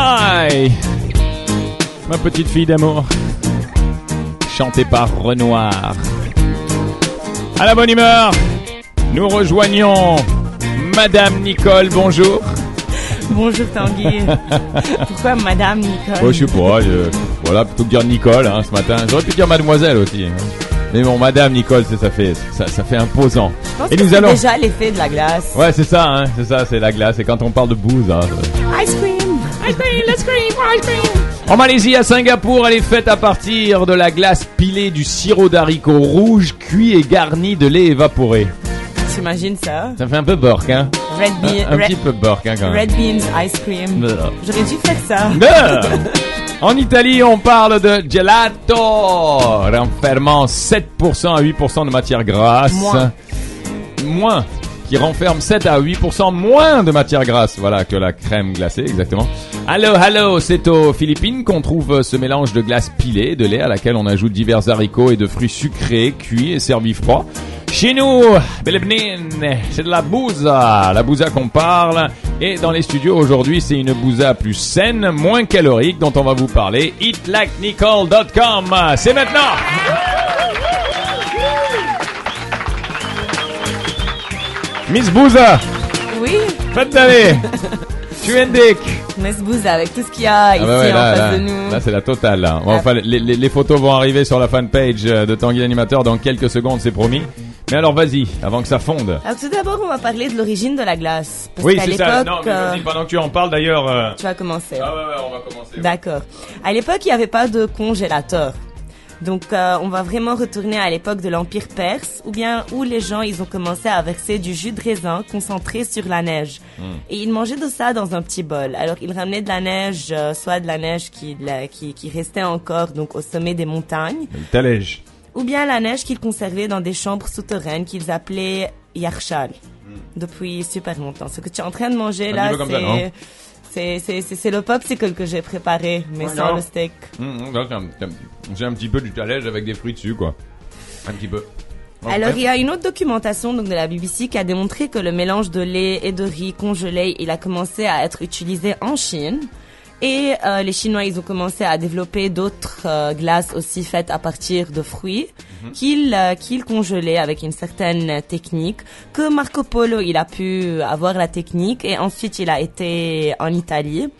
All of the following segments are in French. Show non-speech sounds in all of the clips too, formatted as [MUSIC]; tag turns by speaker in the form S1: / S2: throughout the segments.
S1: Soleil, ma petite fille d'amour, chantée par Renoir. À la bonne humeur, nous rejoignons Madame Nicole, bonjour.
S2: Bonjour
S1: [LAUGHS]
S2: Tanguy. Pourquoi Madame Nicole
S1: Oh, je sais pas, je- voilà, plutôt que dire Nicole hein, ce matin, j'aurais pu dire Mademoiselle aussi. hein. Mais bon, Madame Nicole, c'est- ça fait, ça, ça fait imposant.
S2: Je pense
S1: Et
S2: que
S1: nous
S2: c'est
S1: allons.
S2: déjà l'effet de la glace.
S1: Ouais, c'est ça, hein, c'est ça, c'est la glace. Et quand on parle de bouse, hein, ça-
S2: Ice cream. Ice cream, let's cream, ice cream.
S1: En Malaisie, à Singapour, elle est faite à partir de la glace pilée du sirop d'haricot rouge cuit et garni de lait évaporé.
S2: T'imagines ça
S1: Ça fait un peu bork, hein
S2: Red,
S1: Un,
S2: bean,
S1: un
S2: red,
S1: petit peu bork, hein, quand même.
S2: red beans, ice cream.
S1: Bleh.
S2: J'aurais dû faire ça.
S1: Bleh. En Italie, on parle de gelato, renfermant 7% à 8% de matière grasse.
S2: Moins.
S1: Moins, qui renferme 7 à 8% moins de matière grasse, voilà, que la crème glacée, exactement. Allo, allo, c'est aux Philippines qu'on trouve ce mélange de glace pilée, de lait à laquelle on ajoute divers haricots et de fruits sucrés, cuits et servis froids. Chez nous, Belebnin, c'est de la bouza, la bouza qu'on parle. Et dans les studios aujourd'hui, c'est une bouza plus saine, moins calorique, dont on va vous parler. Eatlikenicole.com, c'est maintenant Miss Bouza,
S2: Oui,
S1: faites d'aller Tu es un dick.
S2: mais se bouse avec tout ce qu'il y a ici
S1: Ah bah ouais,
S2: en
S1: là,
S2: face
S1: là,
S2: de nous.
S1: là, c'est la totale. Là. Bon,
S2: Ah.
S1: enfin, les, les- les photos vont arriver sur la fanpage euh, de Tanguy Animateur dans quelques secondes, c'est promis. Mais alors vas-y, avant que ça fonde.
S2: Alors tout d'abord, on va parler de l'origine de la glace. Parce
S1: oui,
S2: qu'à
S1: c'est ça. Non,
S2: l'époque,
S1: mais vas-y,
S2: euh,
S1: pendant que tu en parles d'ailleurs. euh,
S2: tu vas commencer.
S1: Ah ouais, ouais, on va commencer.
S2: D'accord. À l'époque, il n'y avait pas de congélateur. Donc, euh, on va vraiment retourner à l'époque de l'Empire perse, ou bien où les gens, ils ont commencé à verser du jus de raisin concentré sur la neige. Et ils mangeaient de ça dans un petit bol. Alors, ils ramenaient de la neige, euh, soit de la neige qui, de la- qui, qui restait encore donc au sommet des montagnes,
S1: Il t'allège.
S2: ou bien la neige qu'ils conservaient dans des chambres souterraines qu'ils appelaient yarshal depuis super longtemps. Ce que tu es en train de manger
S1: Hmm. Un
S2: là,
S1: petit peu comme ça, non
S2: c'est- c'est c'est- c'est c'est le popsicle que j'ai préparé, mais
S1: Voilà.
S2: sans le steak.
S1: Hum, hum, là, c'est un- c'est un- c'est un petit peu du talège avec des fruits dessus, quoi. Un petit peu. Ouais,
S2: Alors
S1: ouais.
S2: il y a une autre documentation donc de la BBC qui a démontré que le mélange de lait et de riz congelé, il a commencé à être utilisé en Chine. Et euh, les Chinois, ils ont commencé à développer d'autres euh, glaces aussi faites à partir de fruits qu'ils euh, qu'ils congelaient avec une certaine technique que Marco Polo, il a pu avoir la technique et ensuite il a été en Italie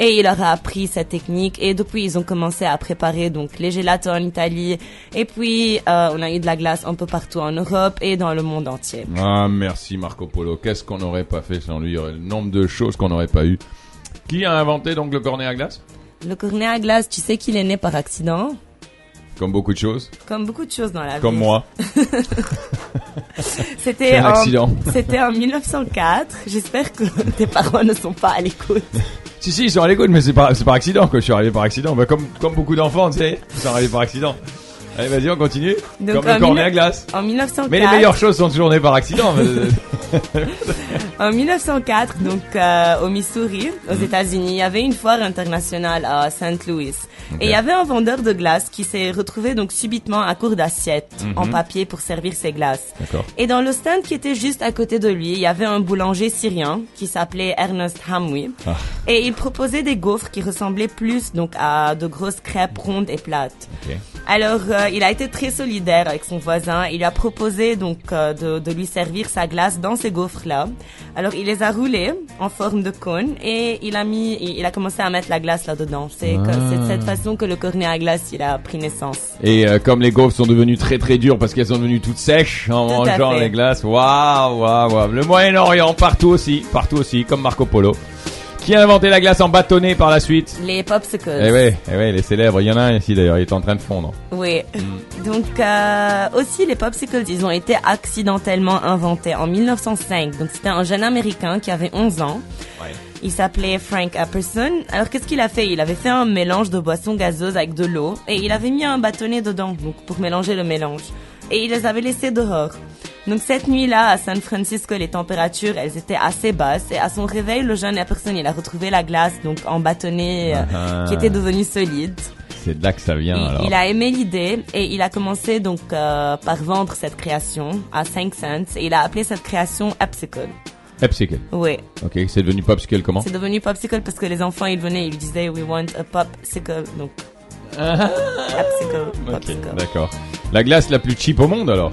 S2: et il leur a appris cette technique et depuis ils ont commencé à préparer donc les gélatos en Italie et puis euh, on a eu de la glace un peu partout en Europe et dans le monde entier.
S1: Ah, merci Marco Polo. Qu'est-ce qu'on n'aurait pas fait sans lui Il y aurait Le nombre de choses qu'on n'aurait pas eu. Qui a inventé donc le cornet à glace
S2: Le cornet à glace, tu sais qu'il est né par accident
S1: Comme beaucoup de choses.
S2: comme beaucoup de choses dans la vie.
S1: Comme moi. C'est
S2: C'était
S1: un
S2: en-
S1: accident.
S2: [LAUGHS] C'était en 1904. J'espère que [LAUGHS] tes parents ne sont pas à l'écoute.
S1: Si, si, ils sont à l'écoute, mais c'est par, c'est par accident, quoi. Je suis arrivé par accident. Bah, comme, comme beaucoup d'enfants, tu sais. Ils sont arrivés par accident. Allez, vas-y, on continue.
S2: Donc,
S1: comme le
S2: un
S1: cornet
S2: mille-
S1: à glace.
S2: En 1904.
S1: Mais les meilleures choses sont toujours nées par accident. Euh,
S2: En 1904, donc euh, au Missouri, aux États-Unis, il y avait une foire internationale à St. Louis. Et il y avait un vendeur de glace qui s'est retrouvé donc subitement à court d'assiettes en papier pour servir ses glaces.
S1: [LAUGHS] D'accord.
S2: Et dans le stand qui était juste à côté de lui, il y avait un boulanger syrien qui s'appelait Ernest Hamwi. Et il proposait des gaufres qui ressemblaient plus donc à de grosses crêpes rondes et plates.
S1: Ok.
S2: Alors, euh, il a été très solidaire avec son voisin. Il lui a proposé donc euh, de, de lui servir sa glace dans ces gaufres-là. Alors, il les a roulés en forme de cône et il a mis, il, il a commencé à mettre la glace là-dedans. C'est que- c'est de
S1: Ah.
S2: cette façon que le cornet à glace il a pris naissance.
S1: Et euh, comme les gaufres sont devenues très très dures parce qu'elles sont devenues toutes sèches en
S2: Tout à
S1: mangeant
S2: fait.
S1: les glaces, waouh, waouh, waouh. Le Moyen-Orient, partout aussi, partout aussi, comme Marco Polo. Qui a inventé la glace en bâtonnet par la suite
S2: Les popsicles.
S1: Eh ouais, eh ouais, les célèbres. Il y en a un ici d'ailleurs, il est en train de fondre.
S2: Oui.
S1: Mm.
S2: Donc euh, aussi les popsicles, ils ont été accidentellement inventés en 1905. Donc c'était un jeune américain qui avait 11 ans. Il s'appelait Frank Apperson. Alors qu'est-ce qu'il a fait Il avait fait un mélange de boissons gazeuses avec de l'eau et il avait mis un bâtonnet dedans donc pour mélanger le mélange. Et il les avait laissés dehors. Donc cette nuit-là à San Francisco, les températures, elles étaient assez basses et à son réveil, le jeune Apperson, il a retrouvé la glace donc en bâtonnet euh,
S1: Ah.
S2: qui était devenu solide.
S1: C'est de là que ça vient
S2: Il-
S1: alors.
S2: Il a aimé l'idée et il a commencé donc euh, par vendre cette création à 5 cents et il a appelé cette création Apsicle.
S1: Popsicle.
S2: Oui.
S1: Ok, c'est devenu popsicle comment
S2: C'est devenu popsicle parce que les enfants, ils venaient, ils disaient We want a popsicle.
S1: [LAUGHS]
S2: Donc, popsicle,
S1: Ok,
S2: popsicle.
S1: d'accord. La glace la plus cheap au monde alors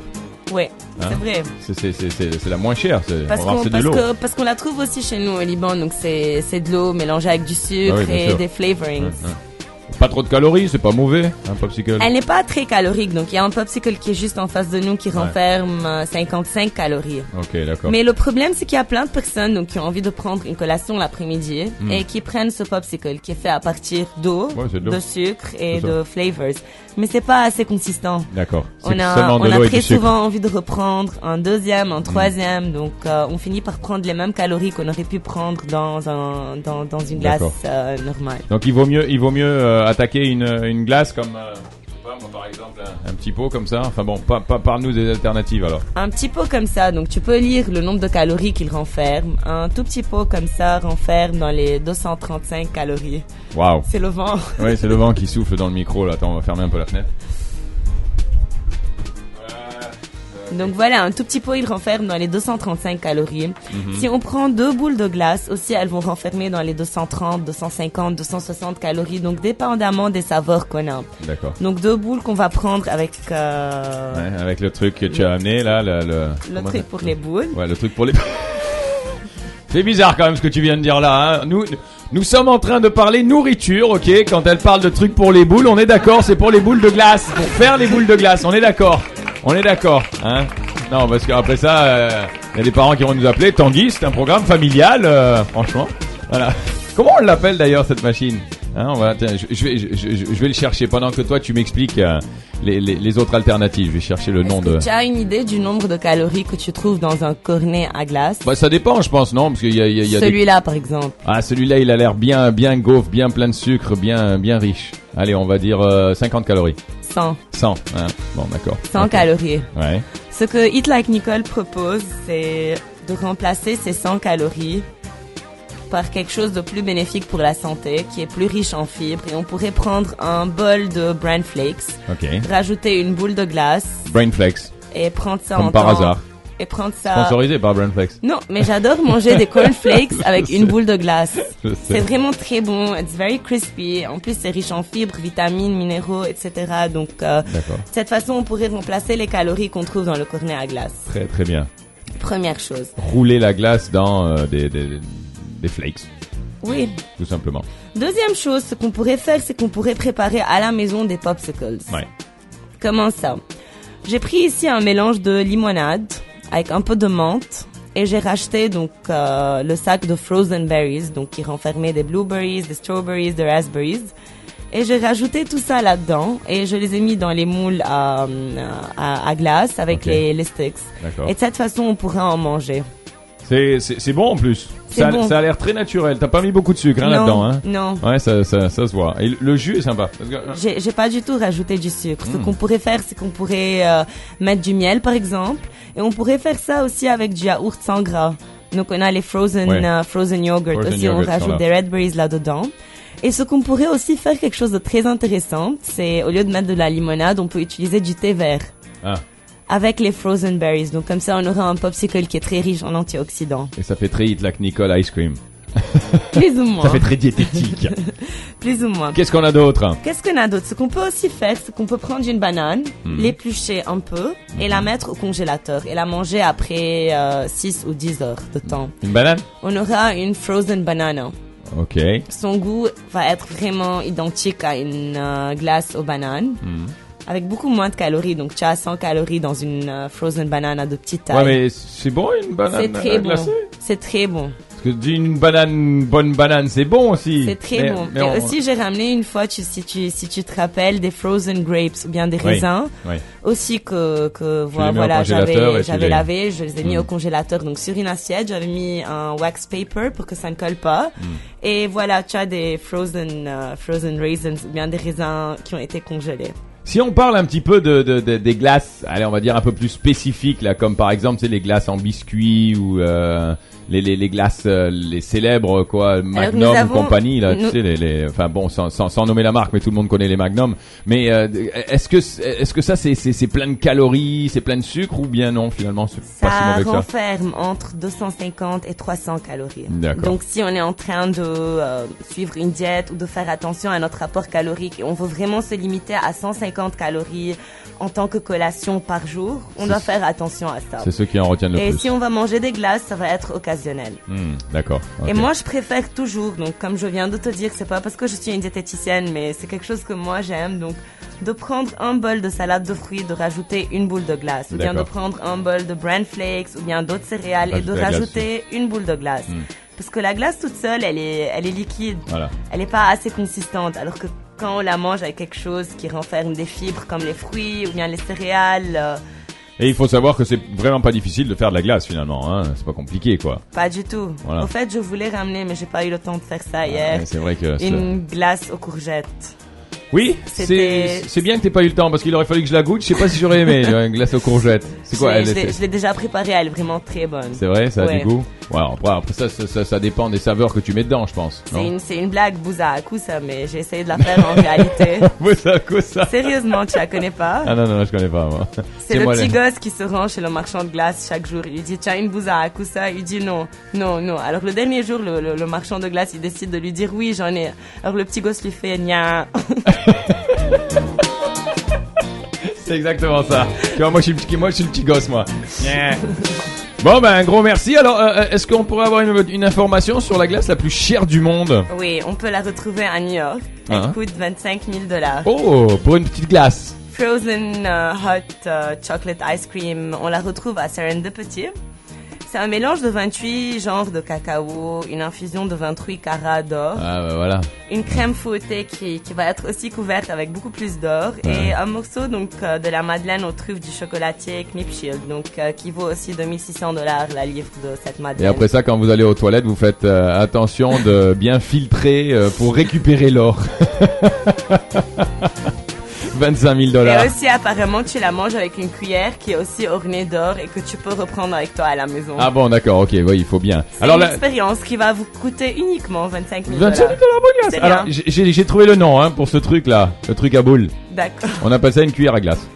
S2: Ouais,
S1: Hein?
S2: c'est vrai.
S1: C'est- C'est c'est- c'est- c'est la moins chère, c'est
S2: Parce
S1: on va voir,
S2: qu'on
S1: c'est de
S2: parce
S1: l'eau. Hein,
S2: que- parce qu'on la trouve aussi chez nous au Liban. Donc, c'est c'est de l'eau mélangée avec du sucre
S1: Ah oui, bien
S2: et
S1: sûr.
S2: des flavorings.
S1: Hein, hein. Pas trop de calories, c'est pas mauvais, un popsicle.
S2: Elle n'est pas très calorique. Donc, il y a un popsicle qui est juste en face de nous qui
S1: Ouais.
S2: renferme euh, 55 calories.
S1: Ok, d'accord.
S2: Mais le problème, c'est qu'il y a plein de personnes donc, qui ont envie de prendre une collation l'après-midi et qui prennent ce popsicle qui est fait à partir d'eau,
S1: Hmm. Ouais, c'est de l'eau.
S2: de sucre et
S1: C'est ça.
S2: de flavors. Mais c'est pas assez consistant.
S1: D'accord. C'est
S2: On a,
S1: seulement de
S2: on a
S1: l'eau et
S2: très
S1: du sucre. Hmm.
S2: souvent envie de reprendre un deuxième, un troisième, donc euh, on finit par prendre les mêmes calories qu'on aurait pu prendre dans, un, dans, dans une glace
S1: D'accord.
S2: euh, normale.
S1: Donc il vaut mieux, il vaut mieux euh, attaquer une, une glace comme, euh, je sais pas, moi, par exemple, un, un petit pot comme ça. Enfin bon, pas, pas, parle-nous des alternatives alors.
S2: Un petit pot comme ça, donc tu peux lire le nombre de calories qu'il renferme. Un tout petit pot comme ça renferme dans les 235 calories.
S1: Waouh.
S2: C'est le vent.
S1: Ouais, c'est le vent qui souffle dans le micro là. Attends, on va fermer un peu la fenêtre.
S2: Donc voilà, un tout petit pot, il renferme dans les 235 calories.
S1: Mhm.
S2: Si on prend deux boules de glace, aussi, elles vont renfermer dans les 230, 250, 260 calories, donc dépendamment des saveurs qu'on a.
S1: D'accord.
S2: Donc deux boules qu'on va prendre avec euh,
S1: Ouais, avec le truc que tu as amené là, le, le,
S2: le
S1: comment
S2: truc
S1: ça-
S2: pour les boules.
S1: Ouais, le truc pour les. [LAUGHS] C'est bizarre quand même ce que tu viens de dire là. hein. Nous, nous sommes en train de parler nourriture, ok Quand elle parle de trucs pour les boules, on est d'accord, c'est pour les boules de glace, pour faire les boules de glace, on est d'accord. On est d'accord, hein Non, parce qu'après ça, euh, il y a des parents qui vont nous appeler. Tanguy, c'est un programme familial, euh, franchement. Voilà. Comment on l'appelle d'ailleurs cette machine Hein, on va, tiens, je, je vais, je, je- je vais le chercher pendant que toi tu m'expliques euh, les, les- les autres alternatives. Je vais chercher le nom
S2: Est-ce
S1: de.
S2: que tu as une idée du nombre de calories que tu trouves dans un cornet à glace
S1: Bah, ça dépend, je pense, non Parce qu'il y a, il y a- il y a des
S2: Celui-là, par exemple.
S1: Ah, celui-là, il a l'air bien, bien gaufre, bien plein de sucre, bien, bien riche. Allez, on va dire euh, 50 calories.
S2: 100.
S1: 100. hein. Bon, d'accord.
S2: 100
S1: Ok.
S2: calories.
S1: Ouais.
S2: Ce que Eat Like Nicole propose, c'est de remplacer ces 100 calories par quelque chose de plus bénéfique pour la santé, qui est plus riche en fibres. Et on pourrait prendre un bol de bran flakes,
S1: Ok.
S2: rajouter une boule de glace
S1: Brainflex,
S2: et prendre ça en
S1: comme par
S2: temps-
S1: hasard.
S2: Et prendre ça.
S1: Sponsorisé par Brainflex.
S2: Non, mais j'adore
S1: [LAUGHS]
S2: manger des cornflakes avec une boule de glace.
S1: Je [LAUGHS] sais.
S2: C'est vraiment très bon. It's very crispy. En plus, c'est riche en fibres, vitamines, minéraux, etc. Donc, euh,
S1: D'accord.
S2: de cette façon, on pourrait remplacer les calories qu'on trouve dans le cornet à glace.
S1: Très, très bien.
S2: Première chose.
S1: Rouler la glace dans euh, des, des, des flakes,
S2: Oui.
S1: tout simplement.
S2: Deuxième chose, ce qu'on pourrait faire, c'est qu'on pourrait préparer à la maison des popsicles.
S1: Ouais.
S2: Comment ça J'ai pris ici un mélange de limonade avec un peu de menthe et j'ai racheté donc euh, le sac de frozen berries, donc qui renfermait des blueberries, des strawberries, des raspberries. Et j'ai rajouté tout ça là-dedans et je les ai mis dans les moules à, à, à glace avec
S1: Ok.
S2: les, les sticks.
S1: D'accord.
S2: Et de cette façon, on pourra en manger.
S1: C'est, c'est, c'est bon en plus.
S2: C'est
S1: Ça, a-
S2: bon.
S1: ça a l'air très naturel. T'as pas mis beaucoup de sucre hein,
S2: non,
S1: là-dedans, hein
S2: non.
S1: Ouais, ça, ça, ça se voit. Et le- le jus est sympa. Parce que, euh,
S2: J'ai j'ai pas du tout rajouté du sucre.
S1: Hmm.
S2: Ce qu'on pourrait faire, c'est qu'on pourrait euh, mettre du miel, par exemple, et on pourrait faire ça aussi avec du yaourt sans gras. Donc on a les frozen
S1: Ouais.
S2: euh, frozen yogurt
S1: Frozen
S2: aussi,
S1: yogurt
S2: on
S1: sont
S2: rajoute
S1: là.
S2: des red berries là dedans. Et ce qu'on pourrait aussi faire quelque chose de très intéressant, c'est au lieu de mettre de la limonade, on peut utiliser du thé vert
S1: ah,
S2: avec les frozen berries. Donc comme ça, on aura un popsicle qui est très riche
S1: [LAUGHS]
S2: en antioxydants.
S1: et ça fait très hit, like Nicole Ice Cream.
S2: Plus ou
S1: Ça
S2: moins.
S1: fait très
S2: [LAUGHS]
S1: diététique.
S2: Plus ou moins.
S1: Qu'est-ce qu'on a d'autre
S2: Qu'est-ce qu'on a d'autre Ce qu'on peut aussi faire, c'est qu'on peut prendre une banane,
S1: Hmm.
S2: l'éplucher un peu et la mettre au congélateur et la manger après 6 ou 10 heures de temps.
S1: Une banane
S2: On aura une frozen banana.
S1: Ok.
S2: Son goût va être vraiment identique à une euh, glace aux bananes.
S1: Hmm.
S2: Avec beaucoup moins de calories, donc tu as 100 calories dans une euh, frozen banane à de petite
S1: Ouais,
S2: taille.
S1: mais c'est bon une banane
S2: c'est très
S1: euh,
S2: bon.
S1: glacée
S2: C'est très bon.
S1: Parce que dis une banane, une bonne banane, c'est bon aussi.
S2: C'est très
S1: Mais-
S2: bon.
S1: mais
S2: et
S1: on-
S2: aussi, j'ai ramené une fois, tu- si, tu, si tu te rappelles, des frozen grapes ou bien des raisins.
S1: Ouais.
S2: aussi que, que
S1: les
S2: voilà,
S1: mets au
S2: voilà,
S1: congélateur et
S2: j'avais
S1: tu
S2: j'avais
S1: les- Hmm.
S2: lavé, je les ai mis au congélateur. Donc sur une assiette, j'avais mis un wax paper pour que ça ne colle pas.
S1: Hmm.
S2: Et voilà, tu as des frozen euh, frozen raisins, ou bien des raisins qui ont été congelés.
S1: Si on parle un petit peu de, de- de- des glaces, allez, on va dire un peu plus spécifiques là, comme par exemple, c'est les glaces en biscuit ou euh, les, les, les glaces, euh, les célèbres, quoi, Magnum
S2: nous avons-
S1: compagnie, là,
S2: nous-
S1: tu sais, les, les- enfin bon, sans, sans, sans nommer la marque, mais tout le monde connaît les Magnum. Mais euh, est-ce que est-ce que ça, c'est, c'est, c'est plein de calories, c'est plein de sucre, ou bien non, finalement, c'est pas si
S2: Ça
S1: mauvais que ça
S2: renferme entre 250 et 300 calories.
S1: D'accord.
S2: Donc si on est en train de euh, suivre une diète ou de faire attention à notre rapport calorique et on veut vraiment se limiter à 150 calories en tant que collation par jour, on
S1: C'est-
S2: doit faire attention à ça.
S1: C'est ceux qui en retiennent le
S2: Et
S1: plus.
S2: si on va manger des glaces, ça va être occasionnel.
S1: Hmm, d'accord.
S2: Et
S1: ok.
S2: moi, je préfère toujours, donc comme je viens de te dire, c'est pas parce que je suis une diététicienne, mais c'est quelque chose que moi j'aime, donc de prendre un bol de salade de fruits, de rajouter une boule de glace, ou bien de
S1: D'accord.
S2: prendre un bol de bran flakes, ou bien d'autres céréales, et de
S1: Rajouter la glace Hmm.
S2: rajouter une boule de glace. Parce que la glace toute seule, elle est, elle est liquide,
S1: Voilà.
S2: elle est pas assez consistante, alors que quand on la mange avec quelque chose qui renferme des fibres comme les fruits ou bien les céréales, euh,
S1: Et il faut savoir que c'est vraiment pas difficile de faire de la glace finalement, hein. C'est pas compliqué, quoi.
S2: pas du tout.
S1: Voilà.
S2: Au fait, je voulais ramener, mais j'ai pas eu le temps de faire ça hier.
S1: Ouais, c'est vrai que. c'est-
S2: Ah, Une glace aux courgettes.
S1: Oui,
S2: C'était-
S1: c'est c'est bien que t'aies pas eu le temps parce qu'il aurait fallu que je la goûte. Je sais pas si j'aurais aimé une
S2: [LAUGHS]
S1: glace aux courgettes. C'est quoi
S2: Je l'ai-
S1: elle
S2: je l'ai-
S1: était-
S2: Je l'ai déjà préparée, elle est vraiment très bonne.
S1: C'est vrai, ça a
S2: Ouais.
S1: du goût. Ouais, après, après ça, ça, ça, ça dépend des saveurs que tu mets dedans, je pense.
S2: C'est une, c'est une blague bouza à coup, ça, mais j'ai essayé de la faire en
S1: [LAUGHS]
S2: réalité.
S1: Ouais, ça, quoi, ça
S2: Sérieusement, tu la connais pas
S1: Ah non, non, non, je connais pas moi.
S2: C'est le
S1: moi,
S2: petit
S1: les-
S2: gosse qui se rend chez le marchand de glace chaque jour. Il lui dit, tiens, une bouza à coup, ça. Il dit non, non, non. Alors le dernier jour, le, le- le marchand de glace, il décide de lui dire oui, j'en ai. Alors le petit gosse lui
S1: [LAUGHS]
S2: fait, nia.
S1: C'est exactement ça. Tu vois, moi, je suis le petit, moi, je suis le petit gosse, moi. Nyeh. Bon, ben, un gros merci. Alors, euh, euh, est-ce qu'on pourrait avoir une, une information sur la glace la plus chère du monde
S2: Oui, on peut la retrouver à New York. Elle
S1: Hein
S2: coûte 25 000 dollars.
S1: Oh, pour une petite glace.
S2: Frozen euh, Hot euh, Chocolate Ice Cream. On la retrouve à Serendipity. C'est un mélange de 28 genres de cacao, une infusion de 28 carats d'or,
S1: Ah, ben voilà.
S2: une crème fouettée qui, qui va être aussi couverte avec beaucoup plus d'or et un morceau donc euh, de la madeleine aux truffes du chocolatier Knipschild, donc euh, qui vaut aussi 2600 dollars la livre de cette
S1: Et
S2: madeleine.
S1: après ça, quand vous allez aux toilettes, vous faites euh, attention de bien filtrer euh, pour récupérer l'or. [LAUGHS] 25 000 dollars.
S2: Et aussi apparemment tu la manges avec une cuillère qui est aussi ornée d'or et que tu peux reprendre avec toi à la maison.
S1: Ah bon, d'accord, ok, oui, il faut bien.
S2: Alors
S1: Alors la...
S2: l'expérience qui va vous coûter uniquement 25 000
S1: 25 000 dollars
S2: dollars.
S1: pour
S2: C'est
S1: glace. Alors
S2: bien.
S1: j'ai- j'ai j'ai trouvé le nom hein, pour ce truc là, le truc à boule.
S2: D'accord, [LAUGHS]
S1: On appelle ça une cuillère à glace.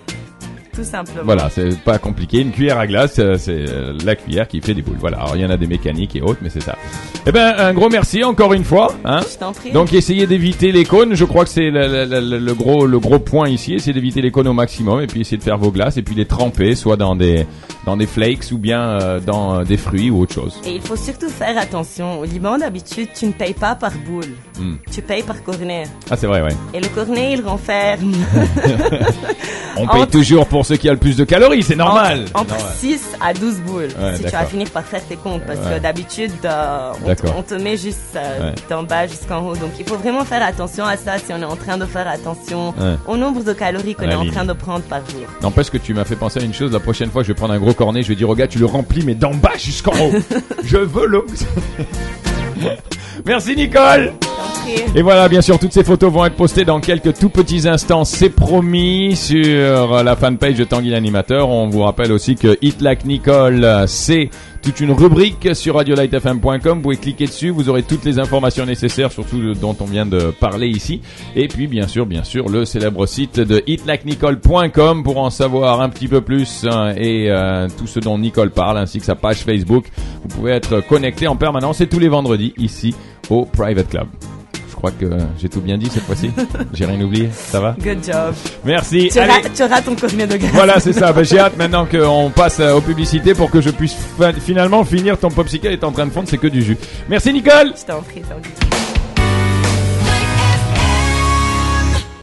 S2: tout simplement.
S1: Voilà, c'est pas compliqué. Une cuillère à glace, euh, c'est euh, la cuillère qui fait des boules. Voilà, alors il y en a des mécaniques et autres, mais c'est ça. Eh ben, un gros merci encore une fois. Hein.
S2: Je t'en prie.
S1: Donc essayez d'éviter les cônes, je crois que c'est le, le- le- le- le gros, le gros point ici, essayez d'éviter les cônes au maximum et puis essayez de faire vos glaces et puis les tremper soit dans des, dans des flakes ou bien euh, dans euh, des fruits ou autre chose.
S2: Et il faut surtout faire attention. Au Liban, d'habitude, tu ne payes pas par boule.
S1: Hmm.
S2: Tu payes par cornet.
S1: Ah c'est vrai, ouais.
S2: Et le cornet, il renferme
S1: On paye
S2: Entre-
S1: toujours pour ce qui a le plus de calories, c'est normal.
S2: entre, entre
S1: Non, ouais.
S2: 6 à 12 boules.
S1: Ouais,
S2: si tu
S1: d'accord.
S2: vas finir par faire tes comptes. Parce
S1: Ouais.
S2: que d'habitude, euh, on, te-
S1: D'accord.
S2: on te met juste euh,
S1: Ouais.
S2: d'en bas jusqu'en haut. Donc il faut vraiment faire attention à ça si on est en train de faire attention
S1: Ouais.
S2: au nombre de calories qu'on
S1: À la
S2: est en
S1: ligne.
S2: train de prendre par jour.
S1: N'empêche que tu m'as fait penser à une chose, la prochaine fois je vais prendre un gros cornet, je vais dire au gars tu le remplis mais d'en bas jusqu'en haut. je veux l'eau. Merci Nicole
S2: Je t'en prie.
S1: Et voilà, bien sûr, toutes ces photos vont être postées dans quelques tout petits instants, c'est promis, sur la fanpage de Tanguy l'animateur. On vous rappelle aussi que Hit Like Nicole, euh, c'est toute une rubrique sur radiolightfm.com. Vous pouvez cliquer dessus, vous aurez toutes les informations nécessaires, surtout de- dont on vient de parler ici. Et puis, bien sûr, bien sûr, le célèbre site de hitlikenicole.com pour en savoir un petit peu plus hein, et euh, tout ce dont Nicole parle, ainsi que sa page Facebook. Vous pouvez être connecté en permanence et tous les vendredis ici au Private Club. Je crois que j'ai tout bien dit cette [LAUGHS] fois-ci. J'ai rien oublié. Ça va
S2: Good job.
S1: Merci.
S2: Tu
S1: Allez.
S2: auras, tu auras ton cornet de glace.
S1: [LAUGHS] Voilà, c'est ça. Ben, j'ai hâte maintenant qu'on passe euh, aux publicités pour que je puisse fa- finalement finir ton popsicle est en train de fondre. C'est que du jus. Merci Nicole.
S2: Je t'en prie, t'en prie.